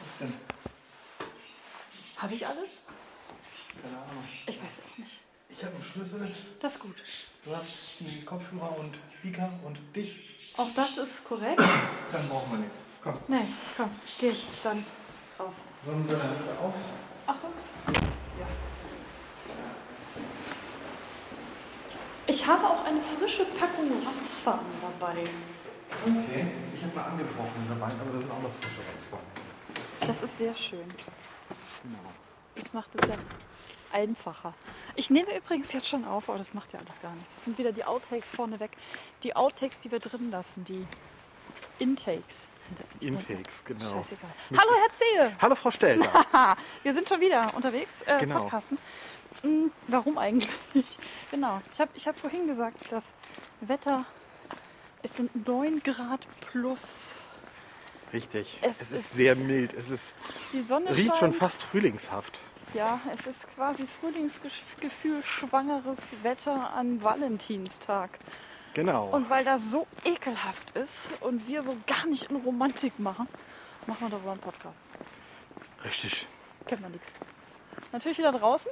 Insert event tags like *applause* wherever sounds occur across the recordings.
Was denn? Habe ich alles? Keine Ahnung. Ich weiß auch nicht. Ich habe einen Schlüssel. Das ist gut. Du hast die Kopfhörer und Speaker und dich. Auch das ist korrekt. Dann brauchen wir nichts. Komm. Nee, komm, geh ich dann raus. Wollen wir das auf? Achtung. Ich habe auch eine frische Packung Ratzfaden dabei. Okay. Ich habe mal angebrochen dabei, aber da sind auch noch frische Ratzwaren. Das ist sehr schön. Genau. Das macht es ja einfacher. Ich nehme übrigens jetzt schon auf, aber das macht ja alles gar nichts. Das sind wieder die Outtakes vorneweg. Die Outtakes, die wir drin lassen, die Intakes. Sind ja- Intakes, genau. Scheißegal. Hallo, Herr Zehe! Hallo Frau *laughs* Stelter. Ha, wir sind schon wieder unterwegs, äh, Genau. Podcasten. Hm, warum eigentlich? *laughs* Genau, ich habe ich hab vorhin gesagt, das Wetter, es sind 9 Grad plus. Richtig. Es Es, ist- ist sehr mild. Es ist, Die Sonne riecht scheint. schon fast frühlingshaft. Ja, es ist quasi Frühlingsgefühl, schwangeres Wetter an Valentinstag. Genau. Und weil das so ekelhaft ist und wir so gar nicht in Romantik machen, machen wir darüber einen Podcast. Richtig. Kennt man nichts. Natürlich wieder draußen,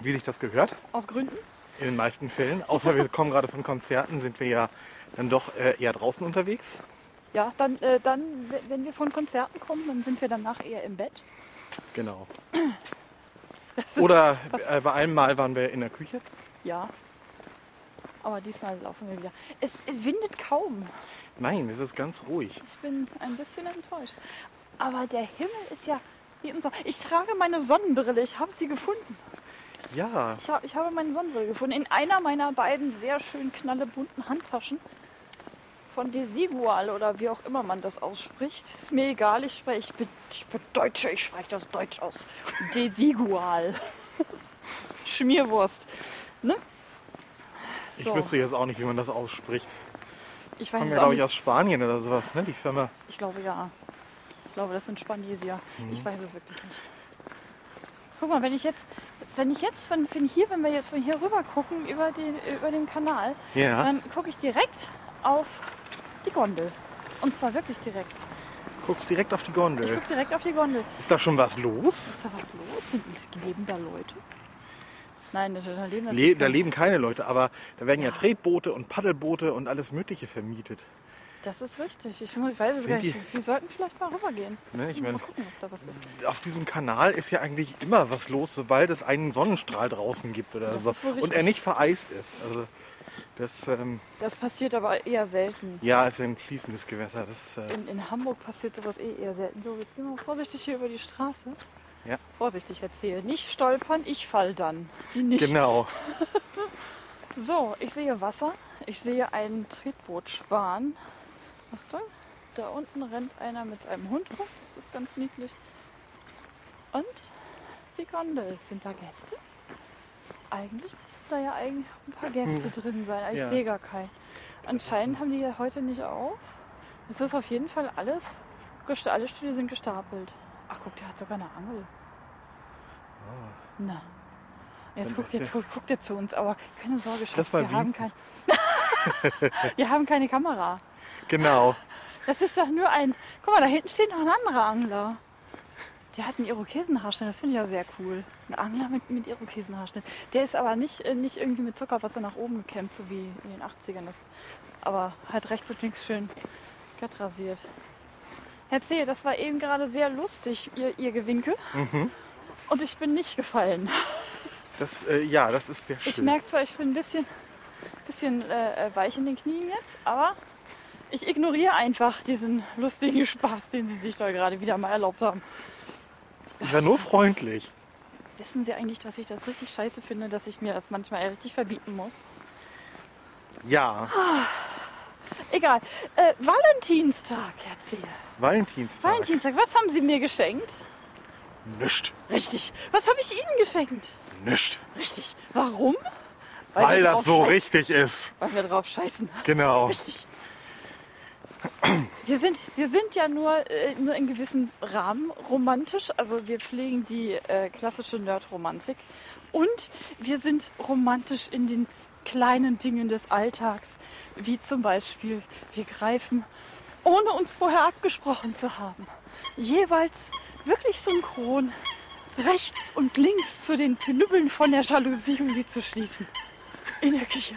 Wie sich das gehört, aus Gründen. in den meisten Fällen, außer wir kommen gerade von Konzerten, sind wir ja dann doch äh, eher draußen unterwegs. Ja, dann, äh, dann, w- wenn wir von Konzerten kommen, dann sind wir danach eher im Bett. *laughs* Genau. Das ist- Oder was- äh, bei einem Mal waren wir in der Küche. Ja. Aber diesmal laufen wir wieder. Es, es windet kaum. Nein, es ist ganz ruhig. Ich bin ein bisschen enttäuscht. Aber der Himmel ist ja wie im Sommer. Ich trage meine Sonnenbrille. Ich habe sie gefunden. Ja, Ich, hab, ich habe meine Sonnenbrille gefunden. In einer meiner beiden sehr schön knallebunten Handtaschen. Von Desigual oder wie auch immer man das ausspricht. Ist mir egal. Ich, spreche, ich, bin, ich bin Deutsche. Ich spreche das Deutsch aus. Desigual. *laughs* Schmierwurst. Ne? ich So. wüsste jetzt auch nicht, wie man das ausspricht. Ich Kommen weiß wir, es auch glaube ich, aus nicht. Spanien oder sowas, ne? Die Firma. Ich glaube ja. Ich glaube, das sind Spaniesier. Mhm. Ich weiß es wirklich nicht. Guck mal, wenn ich jetzt, wenn ich jetzt von, von hier, wenn wir jetzt von hier rüber gucken über den, über den Kanal, Ja. dann gucke ich direkt auf die Gondel. Und zwar wirklich direkt. Guckst direkt auf die Ich Gondel. gucke direkt auf die Gondel. Ist da schon was los? Ist da was los? Sind das- leben da Leute? Nein, das- da leben Le natürlich da keine- leben keine Leute, aber da werden ja Tretboote und Paddelboote und alles Mögliche vermietet. Das ist richtig. Ich, ich weiß es Sind gar nicht. die- Wir sollten vielleicht mal rübergehen. Ne, ich mal mein- gucken, ob da was ist. Auf diesem Kanal ist ja eigentlich immer was los, sobald es einen Sonnenstrahl draußen gibt oder Das so. ist wohl Und er richtig. nicht vereist ist. Also das ähm, Das passiert aber eher selten. ja, ist ja ein fließendes Gewässer. Das, äh, In, in Hamburg passiert sowas eh eher selten. So, jetzt gehen wir mal vorsichtig hier über die Straße. Ja. Vorsichtig erzähle. Nicht stolpern, ich fall dann. Sie nicht. genau. So, ich sehe Wasser. Ich sehe einen Tretbootschwan. Achtung, da unten rennt einer mit einem Hund rum. Das ist ganz niedlich. Und die Gondel. Sind da Gäste? Eigentlich müssten da ja eigentlich ein paar Gäste drin sein. aber Ich Ja. sehe gar keinen. Anscheinend haben die ja heute nicht auf. Es ist auf jeden Fall alles. gest- Alle Stühle sind gestapelt. Ach guck, der hat sogar eine Angel. Ah. Na. Jetzt Dann guckt, ist jetzt guckt, guckt er zu uns, aber keine Sorge, Schatz, mal wir haben, kein, *laughs* winken. wir haben keine Kamera. Genau. Das ist doch nur ein. Guck mal, da hinten steht noch ein anderer Angler. Der hat einen Irokesenhaarschnitt, das finde ich ja sehr cool. Ein Angler mit, mit Irokesenhaarschnitt. Der ist aber nicht, äh, nicht irgendwie mit Zuckerwasser nach oben gekämmt, so wie in den 80ern. Das, aber halt rechts und links schön glatt rasiert. Herr Zehe, das war eben gerade sehr lustig, ihr, ihr Gewinke. Mhm. Und ich bin nicht gefallen. Das, äh, ja, das ist sehr schön. Ich merke zwar, ich bin ein bisschen, bisschen äh, äh, weich in den Knien jetzt, aber ich ignoriere einfach diesen lustigen Spaß, den Sie sich da gerade wieder mal erlaubt haben. Ich war nur freundlich. Wissen Sie eigentlich, dass ich das richtig scheiße finde, dass ich mir das manchmal richtig verbieten muss? Ja, Egal. Äh, Valentinstag, erzähl. Valentinstag. Valentinstag, was haben Sie mir geschenkt? Nischt, Richtig. Was habe ich Ihnen geschenkt? nischt. Richtig. Warum? Weil, wir drauf das so scheißen. richtig ist. Weil wir drauf scheißen. *laughs* Genau. Richtig. Wir sind, wir sind ja nur, äh, nur in gewissem Rahmen romantisch. Also wir pflegen die äh, klassische Nerd-Romantik. Und wir sind romantisch in den kleinen Dingen des Alltags. Wie zum Beispiel, wir greifen, ohne uns vorher abgesprochen zu haben, jeweils wirklich synchron rechts und links zu den Knüppeln von der Jalousie, um sie zu schließen. In der Küche.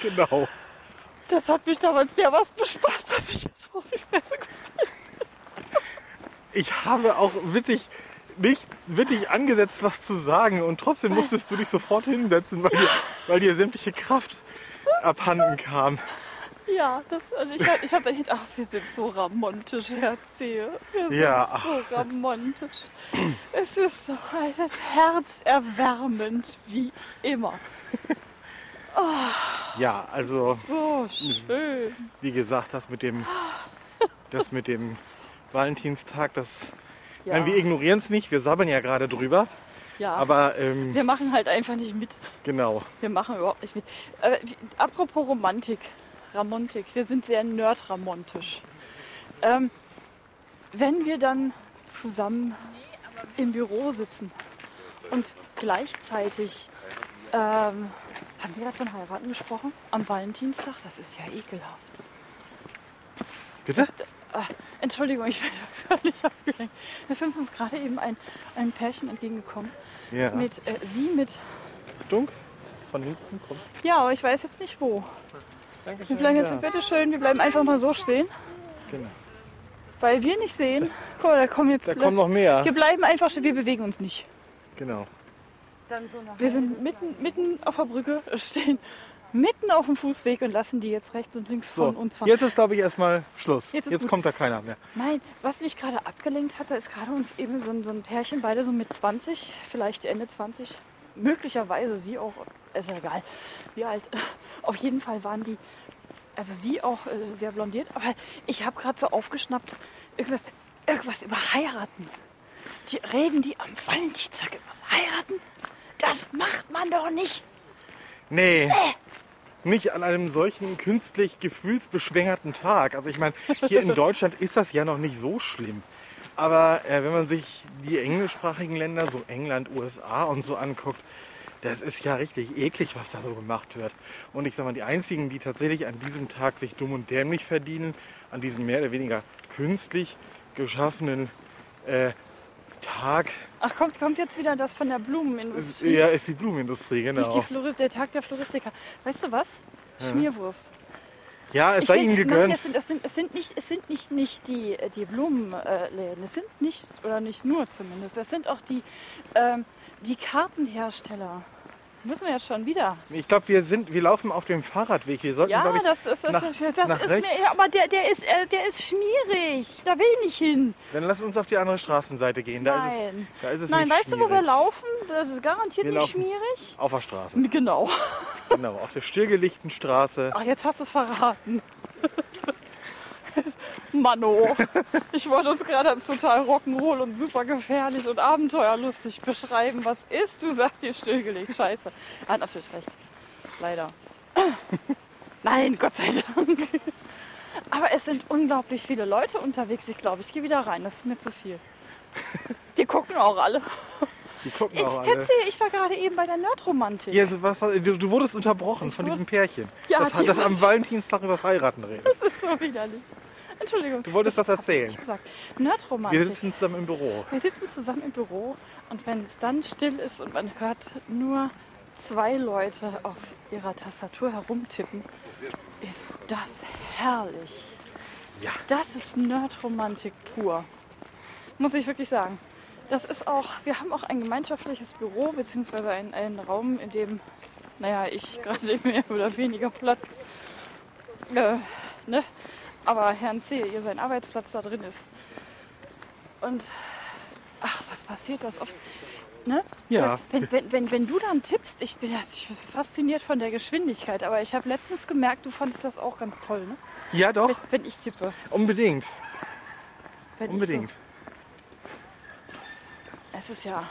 Genau. Das hat mich damals dermaßen bespaßt, dass ich das vor die Fresse gefallen Ich habe auch wirklich nicht wirklich angesetzt, was zu sagen und trotzdem musstest du dich sofort hinsetzen, weil dir, weil dir sämtliche Kraft abhanden kam. bin. Ja, das, also ich habe ich hab dann gedacht, ach, wir sind so ramontisch, Herr Zehe. Wir sind Ja, so ramontisch. Es ist doch das Herz erwärmend, wie immer. Ja, also So schön. wie gesagt, das mit dem, das mit dem Valentinstag, das, Ja, nein, wir ignorieren es nicht, wir sabbeln ja gerade drüber, ja. aber ähm, wir machen halt einfach nicht mit. genau. Wir machen überhaupt nicht mit. Äh, wie- apropos Romantik, Ramontik, wir sind sehr nerd-ramontisch. Ähm, wenn wir dann zusammen im Büro sitzen und gleichzeitig, ähm, haben wir gerade von heiraten gesprochen, am Valentinstag, das ist ja ekelhaft. Bitte? Ah, Entschuldigung, ich werde *laughs* völlig abgelenkt. Es ist uns gerade eben ein, ein Pärchen entgegengekommen. Ja. Mit, äh, sie mit, Achtung, von hinten kommt. ja, aber ich weiß jetzt nicht wo. Dankeschön. Wir bleiben jetzt ja. im Bitte schön, wir bleiben einfach mal so stehen, Genau. weil wir nicht sehen. Guck mal, da kommen jetzt Da kommen noch mehr. Wir bleiben einfach stehen, wir bewegen uns nicht. Genau. Wir sind mitten, mitten auf der Brücke, stehen mitten auf dem Fußweg und lassen die jetzt rechts und links So, von uns fahren. jetzt ist, glaube ich, erstmal Schluss. Jetzt Jetzt, ist gut. kommt da keiner mehr. Nein, was mich gerade abgelenkt hat, da ist gerade uns eben so ein, so ein Pärchen, beide so mit 20, vielleicht Ende 20, möglicherweise sie auch, ist ja egal, wie alt. Auf jeden Fall waren die, also sie auch äh, sehr blondiert, aber ich habe gerade so aufgeschnappt, irgendwas, irgendwas über heiraten. Die reden die am Valentinstag über das heiraten? Das macht man doch nicht. Äh. Nee. Nicht an einem solchen künstlich gefühlsbeschwängerten Tag. Also ich meine, hier in Deutschland ist das ja noch nicht so schlimm. Aber äh, wenn man sich die englischsprachigen Länder, so England, USA und so anguckt, das ist ja richtig eklig, was da so gemacht wird. Und ich sag mal, die einzigen, die tatsächlich an diesem Tag sich dumm und dämlich verdienen, an diesem mehr oder weniger künstlich geschaffenen äh, Tag, Ach, kommt, kommt jetzt wieder das von der ist, Blumenindustrie. ja, ist die Blumenindustrie, Durch die genau. Hm. Floris der Tag der Floristiker. Weißt du was? Schmierwurst. Ja, es Ich sei will- ihnen Nein, gegönnt. es, sind, es, sind, es sind nicht, es sind nicht, nicht die, die Blumenläden. Es sind nicht, oder nicht nur zumindest, es sind auch die, ähm, die Kartenhersteller. Müssen wir jetzt schon wieder. Ich glaube, wir sind, wir laufen auf dem Fahrradweg. Wir sollten, Ja, glaube ich, das ist, das nach- ist, das nach ist mir, rechts. ja, aber der, der, ist, äh, der ist schmierig. Da will ich nicht hin. dann lass uns auf die andere Straßenseite gehen. Da Nein. ist es, da ist es Nein, nicht weißt du, wo wir schmierig. laufen? Das ist garantiert Wir nicht laufen. schmierig. Auf der Straße, Genau. genau. Auf der stillgelegten Straße. Ach, jetzt hast du es verraten. *laughs* Mano, ich wollte uns gerade als total rock'n'roll und super gefährlich und abenteuerlustig beschreiben. Was ist? Du sagst hier stillgelegt. Scheiße. Er hat natürlich recht. Leider. *coughs* Nein, Gott sei Dank. Aber es sind unglaublich viele Leute unterwegs. Ich glaube, ich gehe wieder rein. Das ist mir zu viel. Die gucken auch alle. Die gucken auch alle. Hetze, ich war gerade eben bei der Nerdromantik. Hier, so was, du, du wurdest unterbrochen Ich von wurde- diesem Pärchen. Ja, das, die- das am Valentinstag übers *laughs* Heiraten reden. Das ist so *laughs* widerlich. Entschuldigung. Du wolltest ich das hab nicht erzählen. gesagt. Wir Nerdromantik. sitzen zusammen im Büro. Wir sitzen zusammen im Büro und wenn es dann still ist und man hört nur zwei Leute auf ihrer Tastatur herumtippen, ist das herrlich. Ja. Das ist Nerdromantik pur. Muss ich wirklich sagen. Das ist auch, wir haben auch ein gemeinschaftliches Büro, beziehungsweise einen, einen Raum, in dem, naja, ich *laughs* gerade mehr oder weniger Platz, äh, ne? Aber Herrn C., ihr sein Arbeitsplatz da drin ist. Und ach, was passiert das oft? Ne? Ja. Wenn, wenn, wenn, wenn du dann tippst, ich bin ja ich bin fasziniert von der Geschwindigkeit, aber ich habe letztens gemerkt, du fandest das auch ganz toll, ne? Ja, doch, Wenn, wenn ich tippe. unbedingt. Wenn Unbedingt. Ich so, es ist ja.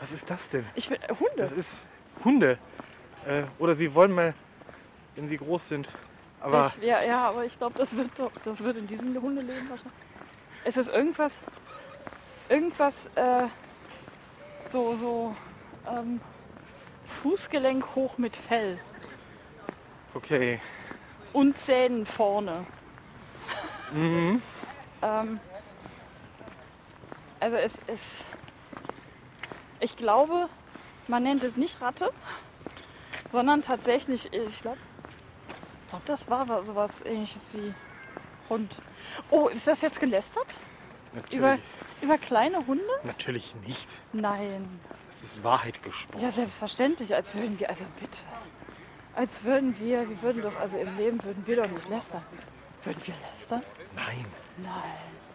Was ist das denn? Ich bin, äh, Das Hunde. ist Hunde. Äh, oder sie wollen mal, wenn sie groß sind. Aber Ich, ja, ja, aber ich glaube, das wird doch, das wird in diesem Hundeleben wahrscheinlich. Es ist irgendwas, irgendwas äh, so so ähm, Fußgelenk hoch mit Fell okay. und Zähnen vorne. Ähm, also es ist, ich glaube, man nennt es nicht Ratte, sondern tatsächlich, ich glaube, ich glaube, das war wa- sowas ähnliches wie Hund. Oh, ist das jetzt gelästert? Über, Natürlich, über kleine Hunde? natürlich nicht. Nein. Das ist Wahrheit gesprochen. Ja, selbstverständlich, als würden wir, also bitte. Als würden wir, wir würden doch, also im Leben würden wir doch nicht lästern. Würden wir lästern? Nein, Nein.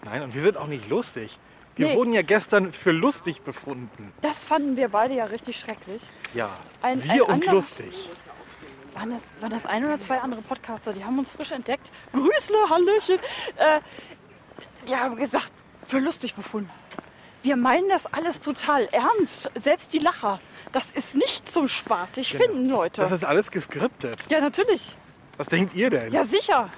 nein, und wir sind auch nicht lustig. Wir Nee. wurden ja gestern für lustig befunden. Das fanden wir beide ja richtig schrecklich. Ja, Ein- wir ein und anderer- lustig. Waren das, waren das ein oder zwei andere Podcaster? Die haben uns frisch entdeckt. Grüßle, Hallöchen. Äh, die haben gesagt, für lustig befunden. Wir meinen das alles total ernst. Selbst die Lacher. Das ist nicht zum Spaß. Ich finden, Leute. Genau. Das ist alles geskriptet. ja, natürlich. Was denkt ihr denn? Ja, sicher.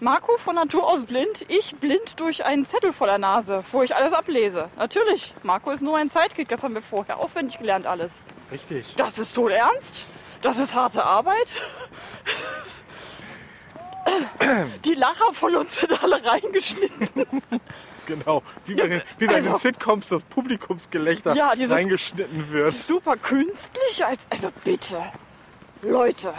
Marco von Natur aus blind, ich blind durch einen Zettel vor der Nase, wo ich alles ablese. Natürlich, Marco ist nur ein Sidekick, das haben wir vorher auswendig gelernt alles. Richtig. Das ist tot ernst. Das ist harte Arbeit. Die Lacher von uns sind alle reingeschnitten. Genau. Wie bei, den, wie bei den also- Sitcoms das Publikumsgelächter Ja, dieses- reingeschnitten wird. Super künstlich. Als, also bitte, Leute,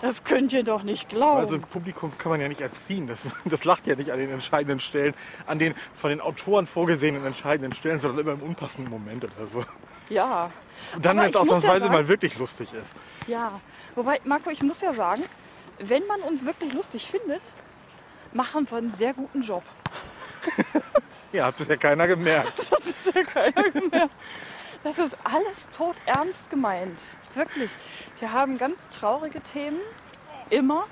das könnt ihr doch nicht glauben. Also ein Publikum kann man ja nicht erziehen. Das, *laughs* das lacht ja nicht an den entscheidenden Stellen, an den von den Autoren vorgesehenen entscheidenden Stellen, sondern immer im unpassenden Moment oder so. ja. Und dann, Aber wenn es ich muss ja ausnahmsweise sagen- mal wirklich lustig ist. Ja, wobei, Marco, ich muss ja sagen, wenn man uns wirklich lustig findet, machen wir einen sehr guten Job. Ja, hat bisher keiner gemerkt. Das ist ja keiner mehr. Das ist alles tot ernst gemeint. Wirklich. Wir haben ganz traurige Themen. Immer.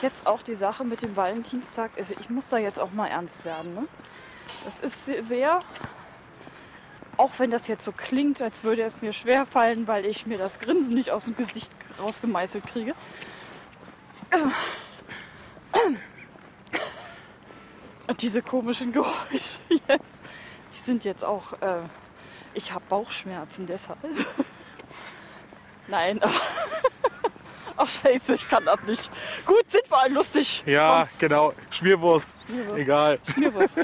Jetzt auch die Sache mit dem Valentinstag. Also ich muss da jetzt auch mal ernst werden. Ne? Das ist se- sehr. Auch wenn das jetzt so klingt, als würde es mir schwerfallen, weil ich mir das Grinsen nicht aus dem Gesicht rausgemeißelt kriege. Und diese komischen Geräusche *laughs* jetzt, die sind jetzt auch, äh, ich habe Bauchschmerzen deshalb. *laughs* Nein, aber- *laughs* ach scheiße, ich kann das nicht. Gut, sind wir alle lustig. Ja, genau. Schmierwurst. Schmierwurst. Egal. Schmierwurst.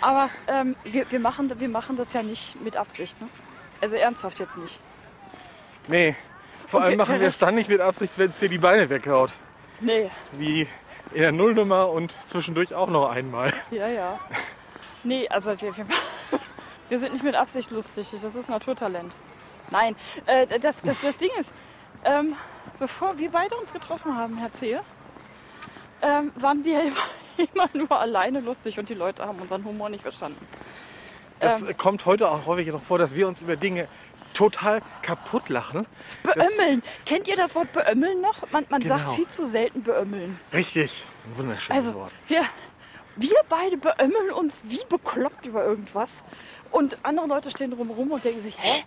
Aber ähm, wir, wir, machen, wir machen das ja nicht mit Absicht, ne? Also ernsthaft jetzt nicht. Nee. Vor Und allem wir- machen wir es dann nicht mit Absicht, wenn es dir die Beine weghaut. Nee, Wie in der Nullnummer und zwischendurch auch noch einmal. ja, ja. Nee, also wir, wir, *laughs* wir sind nicht mit Absicht lustig. Das ist Naturtalent. Nein, äh, das, das, das Ding ist, ähm, bevor wir beide uns getroffen haben, Herr Zehe, ähm, waren wir *laughs* immer, immer nur alleine lustig und die Leute haben unseren Humor nicht verstanden. Das Ähm. kommt heute auch häufig noch vor, dass wir uns über Dinge total kaputt lachen. Beömmeln. Kennt ihr das Wort beömmeln noch? Man, man sagt Genau. viel zu selten beömmeln. Richtig. Ein wunderschönes Also, Wort. wir, wir beide beömmeln uns wie bekloppt über irgendwas. Und andere Leute stehen drumherum und denken sich, hä?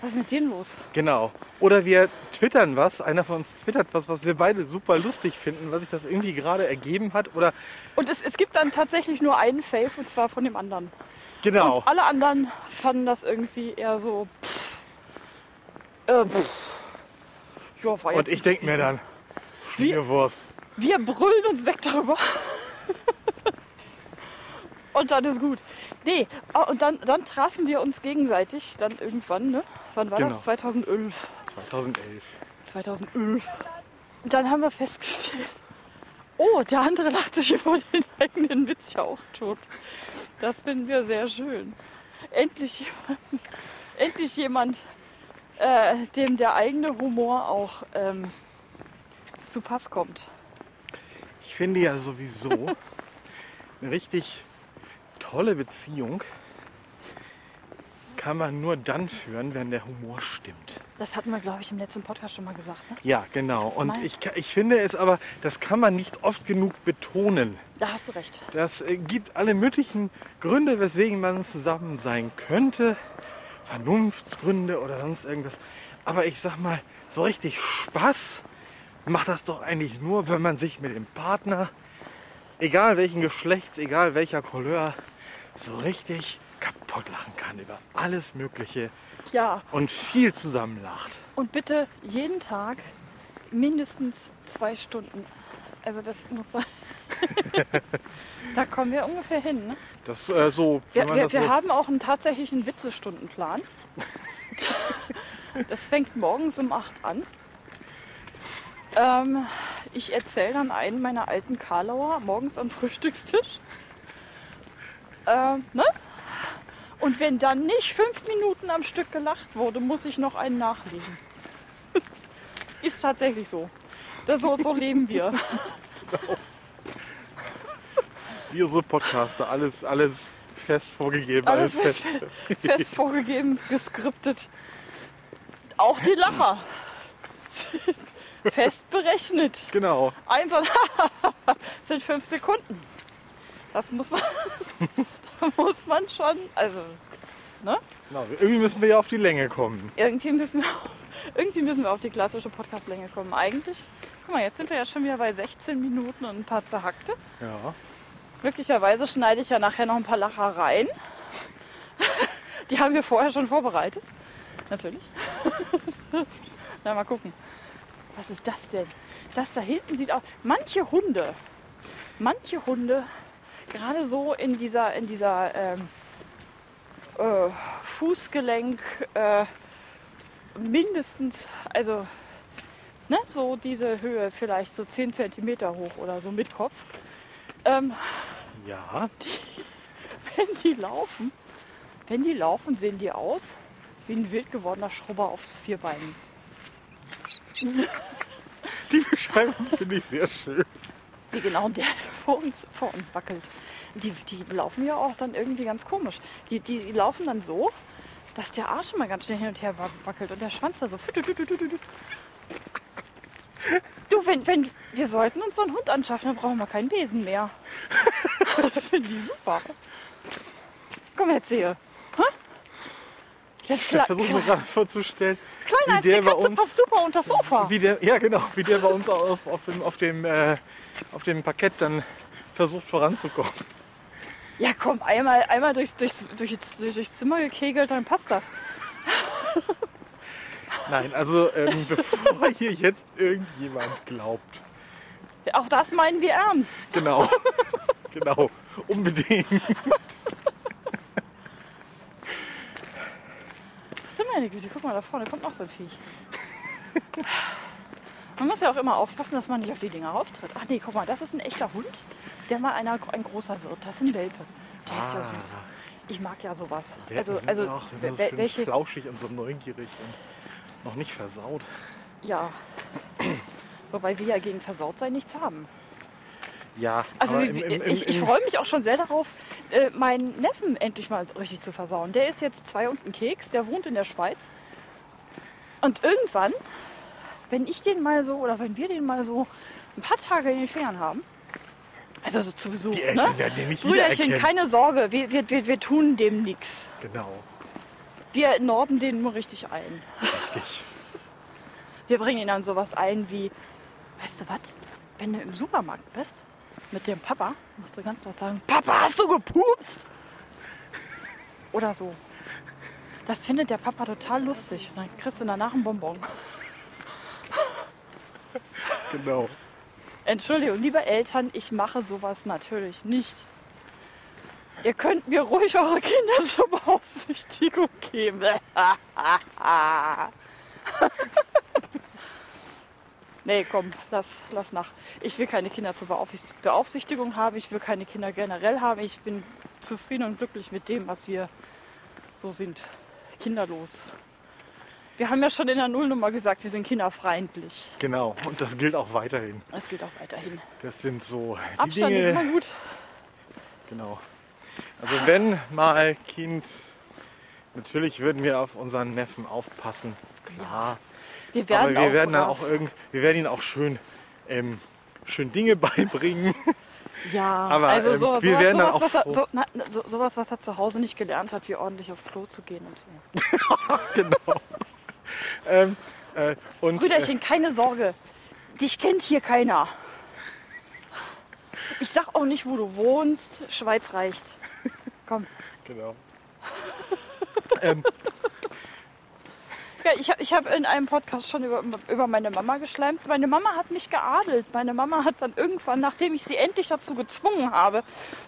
Was ist mit denen los? Genau. Oder wir twittern was, einer von uns twittert was, was wir beide super lustig finden, was sich das irgendwie gerade ergeben hat. Oder Und es, es gibt dann tatsächlich nur einen Fave, und zwar von dem anderen. genau. Und alle anderen fanden das irgendwie eher so, pff, äh, pff. Ja, war Und, jetzt ich denke mir dann, Wie- Schmierwurst. Wir brüllen uns weg darüber. und dann ist gut. Nee, ah, und dann, dann trafen wir uns gegenseitig dann irgendwann, ne? Wann war Genau. das? 2011. 2011. 2011. Und dann haben wir festgestellt, oh, der andere lacht sich über den eigenen Witz ja auch tot. Das finden wir sehr schön. Endlich jemand, endlich jemand äh, dem der eigene Humor auch ähm, zu Pass kommt. Ich finde ja *laughs* sowieso eine richtig tolle Beziehung kann man nur dann führen, wenn der Humor stimmt. Das hatten wir, glaube ich, im letzten Podcast schon mal gesagt. Ne? Ja, genau. Und Mein- ich, ka- ich finde es aber, das kann man nicht oft genug betonen. Da hast du recht. Das äh, gibt alle möglichen Gründe, weswegen man zusammen sein könnte. Vernunftsgründe oder sonst irgendwas. Aber ich sag mal, so richtig Spaß macht das doch eigentlich nur, wenn man sich mit dem Partner, egal welchen Geschlechts, egal welcher Couleur, so richtig kaputt lachen kann über alles Mögliche Ja, und viel zusammen lacht. und bitte jeden Tag mindestens zwei Stunden. Also das muss *laughs* sein. da kommen wir ungefähr hin. Ne? Das äh, so. Wir, wenn man wir, das wir so haben auch einen tatsächlichen Witzestundenplan. das fängt morgens um 8 an. Ähm, ich erzähle dann einen meiner alten Karlauer morgens am Frühstückstisch. Ähm, ne? Und wenn dann nicht fünf Minuten am Stück gelacht wurde, muss ich noch einen nachlegen. *laughs* Ist tatsächlich so. Das, so, so leben wir. wie unsere Podcaster, alles, alles fest vorgegeben, Alles alles, fest. *laughs* fest vorgegeben, geskriptet. Auch die Lacher. *laughs* fest berechnet. Genau. Eins und *laughs* sind fünf Sekunden. Das muss man, *laughs* da muss man schon, also genau. Irgendwie müssen wir ja auf die Länge kommen. irgendwie müssen wir, irgendwie müssen wir auf die klassische Podcastlänge kommen. Eigentlich, guck mal, jetzt sind wir ja schon wieder bei 16 Minuten und ein paar zerhackte. Ja. Möglicherweise schneide ich ja nachher noch ein paar Lacher rein. Die haben wir vorher schon vorbereitet. Natürlich. *laughs* Na, mal gucken. Was ist das denn? Das da hinten sieht aus. Manche Hunde, manche Hunde, gerade so in dieser, in dieser ähm, äh, Fußgelenk, äh, mindestens, also ne, so diese Höhe, vielleicht so 10 cm hoch oder so mit Kopf. Ähm, Ja. wenn die laufen, wenn die laufen, sehen die aus wie ein wild gewordener Schrubber aufs Vierbein. Die Beschreibung finde ich sehr schön. Wie genau der, der vor uns, vor uns wackelt. Die, die laufen ja auch dann irgendwie ganz komisch. Die, die, die laufen dann so, dass der Arsch immer ganz schnell hin und her wa- wackelt und der Schwanz da so. Du, wenn, wenn, wir sollten uns so einen Hund anschaffen, dann brauchen wir keinen Besen mehr. *laughs* Das finde ich super. Komm, erzähl. Hä? Das Ich Kle- versuche mir gerade vorzustellen, Kleiner als wie der die bei Katze uns, passt super unter das Sofa. wie der, ja genau, wie der bei uns auf, auf dem, auf dem, äh, auf dem Parkett dann versucht voranzukommen. Ja, komm, einmal, einmal durchs, durchs, durchs, durchs, durchs Zimmer gekegelt, dann passt das. Nein, also ähm, *laughs* bevor hier jetzt irgendjemand glaubt. Auch das meinen wir ernst. *laughs* Genau. genau. Unbedingt. Ach du meine Güte, guck mal, da vorne kommt noch so ein Viech. Man muss ja auch immer aufpassen, dass man nicht auf die Dinger auftritt. Ach nee, guck mal, das ist ein echter Hund, der mal einer, ein großer wird. Das ist ein Welpe. Der ist ja Ah. süß. Ich mag ja sowas. Wir Also, sind also auch immer so wel- schön welche, flauschig und so neugierig und noch nicht versaut. ja. *clears throat* Wobei wir ja gegen Versautsein nichts haben. Ja, Also aber wie- ich, ich freue mich auch schon sehr darauf, äh, meinen Neffen endlich mal so richtig zu versauen. Der ist jetzt zwei und ein Keks, der wohnt in der Schweiz. Und irgendwann, wenn ich den mal so oder wenn wir den mal so ein paar Tage in den Ferien haben, also so zu Besuch, die ne? Eltern werden den nicht Brüderchen, wiedererkennen. keine Sorge, wir, wir, wir, wir tun dem nichts. Genau. Wir norden den nur richtig ein. Richtig. Wir bringen ihnen dann sowas ein wie, weißt du was, wenn du im Supermarkt bist mit dem Papa, musst du ganz laut sagen, Papa, hast du gepupst? Oder so. Das findet der Papa total lustig. Und dann kriegst du danach einen Bonbon. Genau. Entschuldigung, liebe Eltern, ich mache sowas natürlich nicht. Ihr könnt mir ruhig eure Kinder *laughs* zur Beaufsichtigung geben. *laughs* nee, komm, lass, lass nach. Ich will keine Kinder zur Beaufsicht- Beaufsichtigung haben. Ich will keine Kinder generell haben. Ich bin zufrieden und glücklich mit dem, was wir so sind. Kinderlos. Wir haben ja schon in der Nullnummer gesagt, wir sind kinderfreundlich. Genau. Und das gilt auch weiterhin. Das gilt auch weiterhin. Das sind so die Abstand Dinge. ist immer gut. Genau. Also wenn mal Kind, natürlich würden wir auf unseren Neffen aufpassen. Klar. Wir Aber werden, wir auch werden dann auch brav. irgend, wir werden ihnen auch schön, ähm, schön Dinge *laughs* beibringen. Ja, aber, also ähm, so, wir sowas, werden dann sowas, auch was er, froh. so, na, so, sowas, was er zu Hause nicht gelernt hat, wie ordentlich auf Klo zu gehen und so. ähm, äh, und äh, Brüderchen, keine Sorge. Dich kennt hier keiner. Ich sag auch nicht, wo du wohnst. Schweiz reicht. Komm, genau. ähm, Ja, Ich habe ich hab in einem Podcast schon über, über meine Mama geschleimt. Meine Mama hat mich geadelt. Meine Mama hat dann irgendwann, nachdem ich sie endlich dazu gezwungen habe,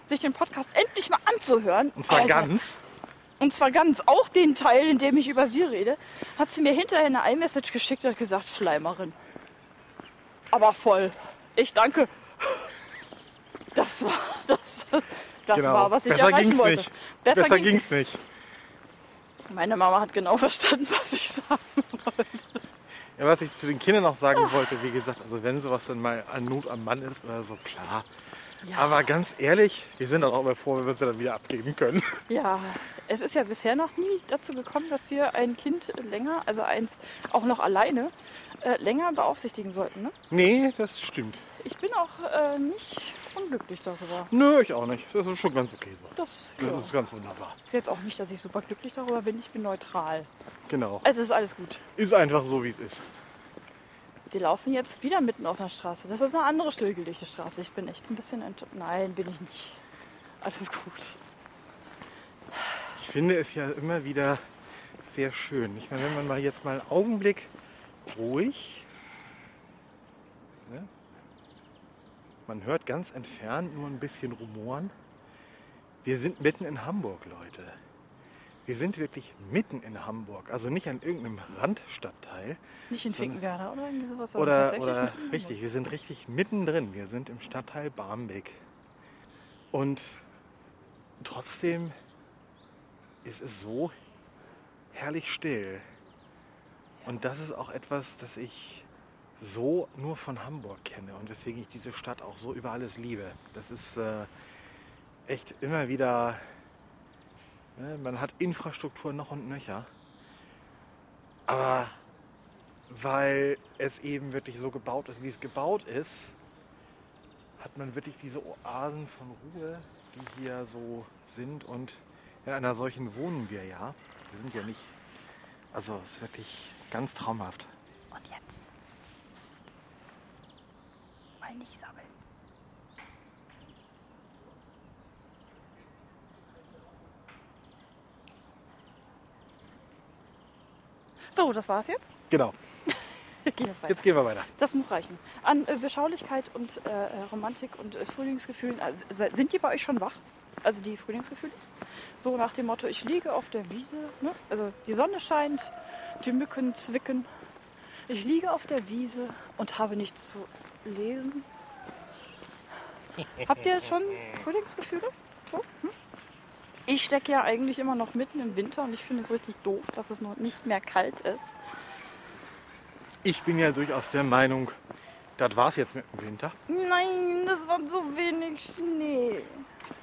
sich den Podcast endlich mal anzuhören. also Und zwar Alter, ganz. Und zwar ganz, auch den Teil, in dem ich über sie rede, hat sie mir hinterher eine iMessage geschickt und hat gesagt, Schleimerin. Aber voll. Ich danke. Das war, das, das, das Genau. war was ich Besser erreichen ging's wollte. nicht. Besser, ging's nicht. nicht. Meine Mama hat genau *laughs* verstanden, was ich sage. Ja, was ich zu den Kindern noch sagen wollte, wie gesagt, also wenn sowas dann mal an Not am Mann ist oder so, klar. Ja. Aber ganz ehrlich, wir sind auch immer froh, wenn wir sie dann wieder abgeben können. Ja, es ist ja bisher noch nie dazu gekommen, dass wir ein Kind länger, also eins auch noch alleine, äh, länger beaufsichtigen sollten. Ne? *laughs* Nee, das stimmt. Ich bin auch äh, nicht unglücklich darüber. Nö, ich auch nicht. Das ist schon ganz okay so. Das, ja. Das ist ganz wunderbar. ist jetzt auch nicht, dass ich super glücklich darüber bin. Ich bin neutral. Genau. Es ist alles gut. Ist einfach so, wie es ist. Wir laufen jetzt wieder mitten auf einer Straße. Das ist eine andere stillgelegte Straße. Ich bin echt ein bisschen enttäuscht. Nein, bin ich nicht. Alles gut. Ich finde es ja immer wieder sehr schön. Ich meine, wenn man mal jetzt mal einen Augenblick ruhig. Ne? Man hört ganz entfernt nur ein bisschen Rumoren. Wir sind mitten in Hamburg, Leute. Wir sind wirklich mitten in Hamburg. Also nicht an irgendeinem Randstadtteil. Nicht in So eine- Finkenwerder oder irgendwie sowas. sondern Oder, tatsächlich oder mitten in richtig, wir sind richtig mittendrin. Wir sind im Stadtteil Barmbek. Und trotzdem ist es so herrlich still. Und das ist auch etwas, das ich so nur von Hamburg kenne und weswegen ich diese Stadt auch so über alles liebe. Das ist äh, echt immer wieder, ne, man hat Infrastruktur noch und nöcher. Aber weil es eben wirklich so gebaut ist, wie es gebaut ist, hat man wirklich diese Oasen von Ruhe, die hier so sind. Und in einer solchen wohnen wir ja. Wir sind ja nicht. Also es ist wirklich ganz traumhaft. Hamburg. Und jetzt. Psst. Mal nicht sammeln. So, das war's jetzt. Genau. Wir gehen jetzt weiter. Jetzt gehen wir weiter. Das muss reichen. An äh, Beschaulichkeit und äh, äh, Romantik und äh, Frühlingsgefühlen, also, se- sind die bei euch schon wach? Also die Frühlingsgefühle? So nach dem Motto, ich liege auf der Wiese, ne? also die Sonne scheint, die Mücken zwicken. Ich liege auf der Wiese und habe nichts zu lesen. Habt ihr schon Frühlingsgefühle? So? Hm? Ich stecke ja eigentlich immer noch mitten im Winter und ich finde es richtig doof, dass es noch nicht mehr kalt ist. Ich bin ja durchaus der Meinung, das war's jetzt mit dem Winter. Nein, das war so wenig Schnee.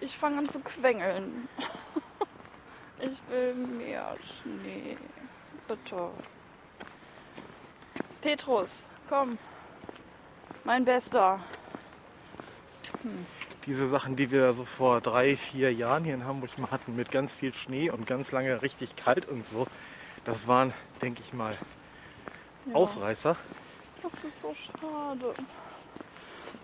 Ich fange an zu quengeln. *laughs* Ich will mehr Schnee. Bitte. Petrus, komm. Mein Bester. Diese Sachen, die wir so vor drei, vier Jahren hier in Hamburg mal hatten, mit ganz viel Schnee und ganz lange richtig kalt und so, das waren, denke ich mal, Ja, Ausreißer. Das ist so schade.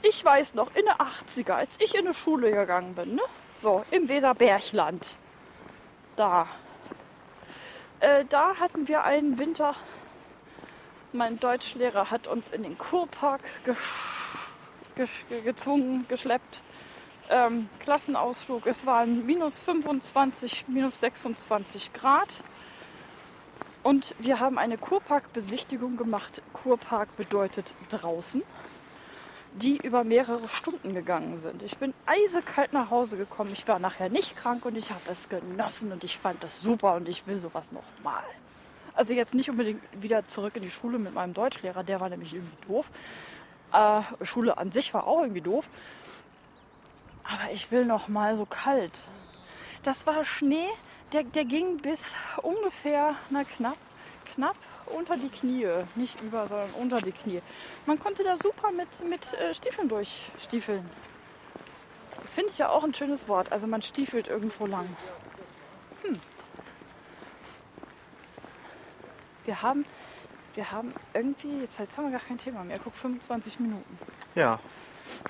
Ich weiß noch, in den 80er, als ich in die Schule gegangen bin, ne? So, im Weserbergland. Da. Äh, da hatten wir einen Winter. Mein Deutschlehrer hat uns in den Kurpark gesch- gesch- ge gezwungen, geschleppt. Ähm, Klassenausflug. Es waren minus 25, minus 26 Grad. Und wir haben eine Kurparkbesichtigung gemacht. Kurpark bedeutet draußen, die über mehrere Stunden gegangen sind. Ich bin eisekalt nach Hause gekommen. Ich war nachher nicht krank und ich habe es genossen und ich fand das super und ich will sowas nochmal. Also jetzt nicht unbedingt wieder zurück in die Schule mit meinem Deutschlehrer, der war nämlich irgendwie doof. Äh, Schule an sich war auch irgendwie doof. Aber ich will noch mal so kalt. Das war Schnee, der, der ging bis ungefähr, na knapp, knapp unter die Knie. Nicht über, sondern unter die Knie. Man konnte da super mit, mit äh, Stiefeln durchstiefeln. Das finde ich ja auch ein schönes Wort. Also man stiefelt irgendwo lang. Hm. Wir haben, wir haben irgendwie, jetzt, jetzt haben wir gar kein Thema mehr. Guck, 25 Minuten. Ja,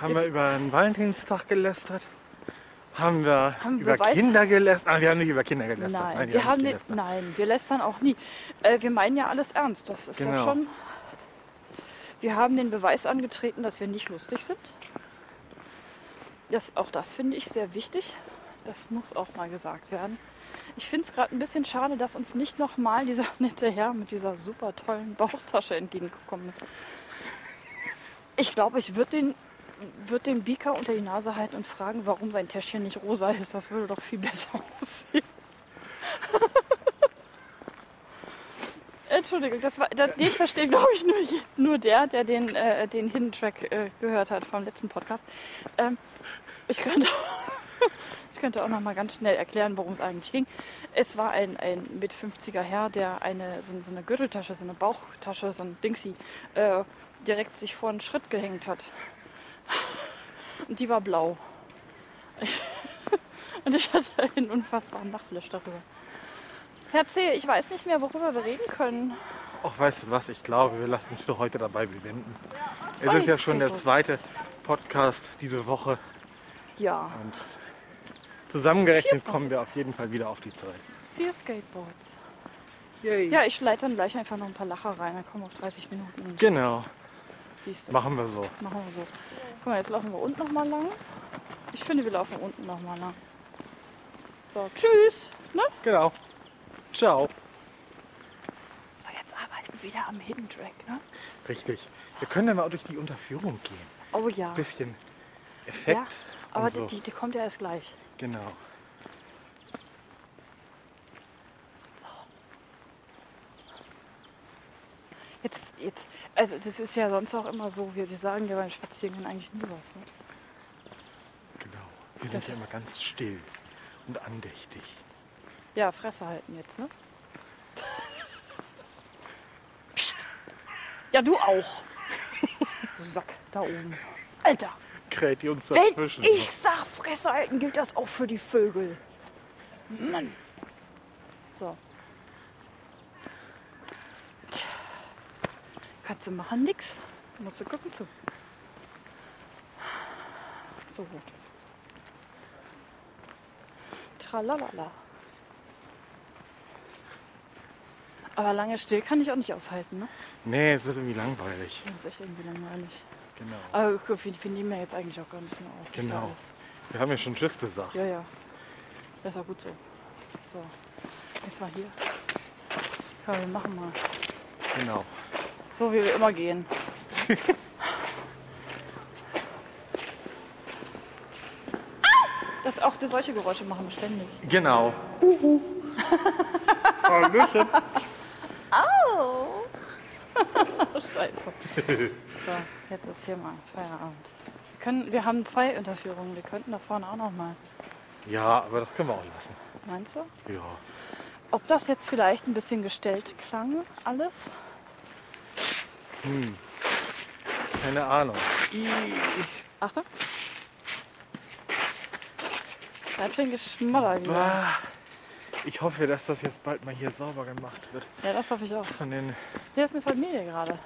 haben wir Jetzt- über den Valentinstag gelästert haben wir Haben wir über weiß- Kinder gelästert. Ah, wir haben nicht über Kinder gelästert. Nein, Nein, wir haben nicht nicht, gelästert. nein, wir lästern auch nie. Äh, wir meinen ja alles ernst. Das ist ja Genau. schon. Wir haben den Beweis angetreten, dass wir nicht lustig sind. Das, auch das finde ich sehr wichtig. Das muss auch mal gesagt werden. Ich finde es gerade ein bisschen schade, dass uns nicht nochmal dieser *laughs* nette Herr mit dieser super tollen Bauchtasche entgegengekommen ist. Ich glaube, ich würde den, würd den Beaker unter die Nase halten und fragen, warum sein Täschchen nicht rosa ist. Das würde doch viel besser *laughs* aussehen. Entschuldigung, das war, das, den versteht, glaube ich, nur, je- nur der, der den, äh, den Hidden Track äh, gehört hat vom letzten Podcast. Ähm, ich, könnte, *laughs* ich könnte auch noch mal ganz schnell erklären, worum es eigentlich ging. Es war ein, ein mit 50er Herr, der eine, so, so eine Gürteltasche, so eine Bauchtasche, so ein Dingsy äh, direkt sich vor einen Schritt gehängt hat. *laughs* Und die war blau. *laughs* Ich, und ich hatte einen unfassbaren Nachflash darüber. Herr C., ich weiß nicht mehr, worüber wir reden können. Ach, weißt du was? Ich glaube, wir lassen es für heute dabei bewenden. Es Zwei ist ja schon der Tickets. zweite Podcast diese Woche. Ja, Und zusammengerechnet kommen wir auf jeden Fall wieder auf die Zeit. vier Skateboards. Yay. Ja, ich leite dann gleich einfach noch ein paar Lacher rein. Dann kommen wir auf 30 Minuten. Und Genau, siehst du, machen wir so. machen wir so. Guck mal, jetzt laufen wir unten nochmal lang. Ich finde, wir laufen unten nochmal lang. So, tschüss. Ne? Genau. Ciao. So, jetzt arbeiten wir wieder am Hidden Track. Ne? Richtig. Wir können dann mal auch durch die Unterführung gehen. Oh ja. Bisschen Effekt. ja aber und so. die, die kommt ja erst gleich. Genau. Jetzt, jetzt, also es ist ja sonst auch immer so, wir, wir sagen ja beim Spazierengehen eigentlich nie was. Ne? Genau. Wir Das- sind ja immer ganz still und andächtig. Ja, Fresse halten jetzt, ne? Psst. Ja, du auch. Du Sack da oben. Alter, Kräht die uns wenn dazwischen. ich sag Fresse halten, gilt das auch für die Vögel. Mann. So. Tja. Kannst du machen nix. Musst du gucken zu. So. Tralalala. Aber lange still kann ich auch nicht aushalten, ne? Nee, es ist irgendwie langweilig. Das ist echt irgendwie langweilig. Genau. Aber guck, wir, wir nehmen ja jetzt eigentlich auch gar nicht mehr auf. Das ist ja Genau. alles- Wir haben ja schon Tschüss gesagt. Ja, ja. Das ist auch gut so. So, jetzt mal hier. Komm, wir machen mal. Genau. So wie wir immer gehen. Das auch die solche Geräusche machen wir ständig. Genau. *laughs* Hallöchen. Oh. *laughs* Scheiße. So, jetzt ist hier mal Feierabend. Wir, können, wir haben zwei Unterführungen. Wir könnten da vorne auch noch mal. Ja, aber das können wir auch lassen. Meinst du? Ja. Ob das jetzt vielleicht ein bisschen gestellt klang, alles? Hm. Keine Ahnung. Achtung. Ganz schön geschmoddert. hier. Bah. Ich hoffe, dass das jetzt bald mal hier sauber gemacht wird. Ja, das hoffe ich auch. Von den. Hier ist eine Familie gerade.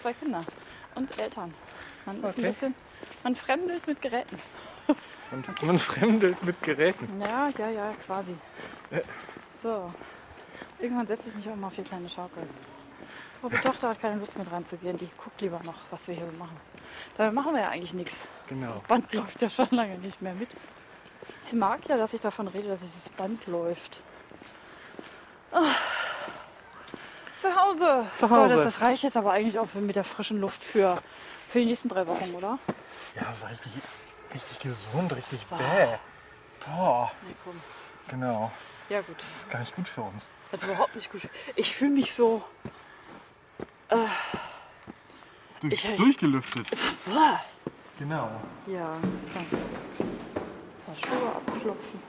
Zwei Kinder und Eltern. Man ist ein Okay. bisschen, man fremdelt mit Geräten. Und man fremdelt mit Geräten. Ja, ja, ja, quasi. So. Irgendwann setze ich mich auch mal auf die kleine Schaukel. *laughs* Unsere Tochter hat keine Lust mit reinzugehen. Die guckt lieber noch, was wir hier so machen. Dabei machen wir ja eigentlich nichts. Genau. Das Band läuft ja schon lange nicht mehr mit. Ich mag ja, dass ich davon rede, dass dieses Band läuft. Ah. Zu Hause. Zu So, Hause. das, das reicht jetzt aber eigentlich auch für- mit der frischen Luft für, für die nächsten drei Wochen, oder? Ja, das ist richtig, richtig gesund, richtig bäh. Boah, Nee, komm. genau. Ja, gut. Ist gar nicht gut für uns. Das ist überhaupt nicht gut. Ich fühle mich so. Ich- durchgelüftet. Boah. Genau. Ja, komm. Ein paar Schuhe abklopfen.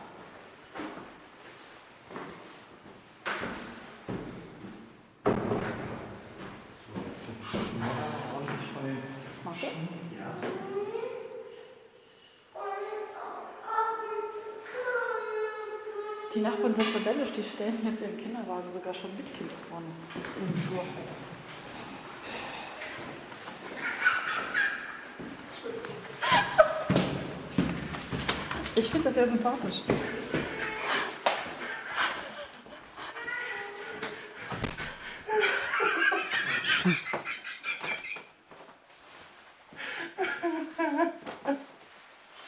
Mach ich? Die Nachbarn sind rebellisch, die stellen jetzt ihren Kinderwagen sogar schon mit Kind vorne. Das ist in den Flur. Ich finde das sehr sympathisch.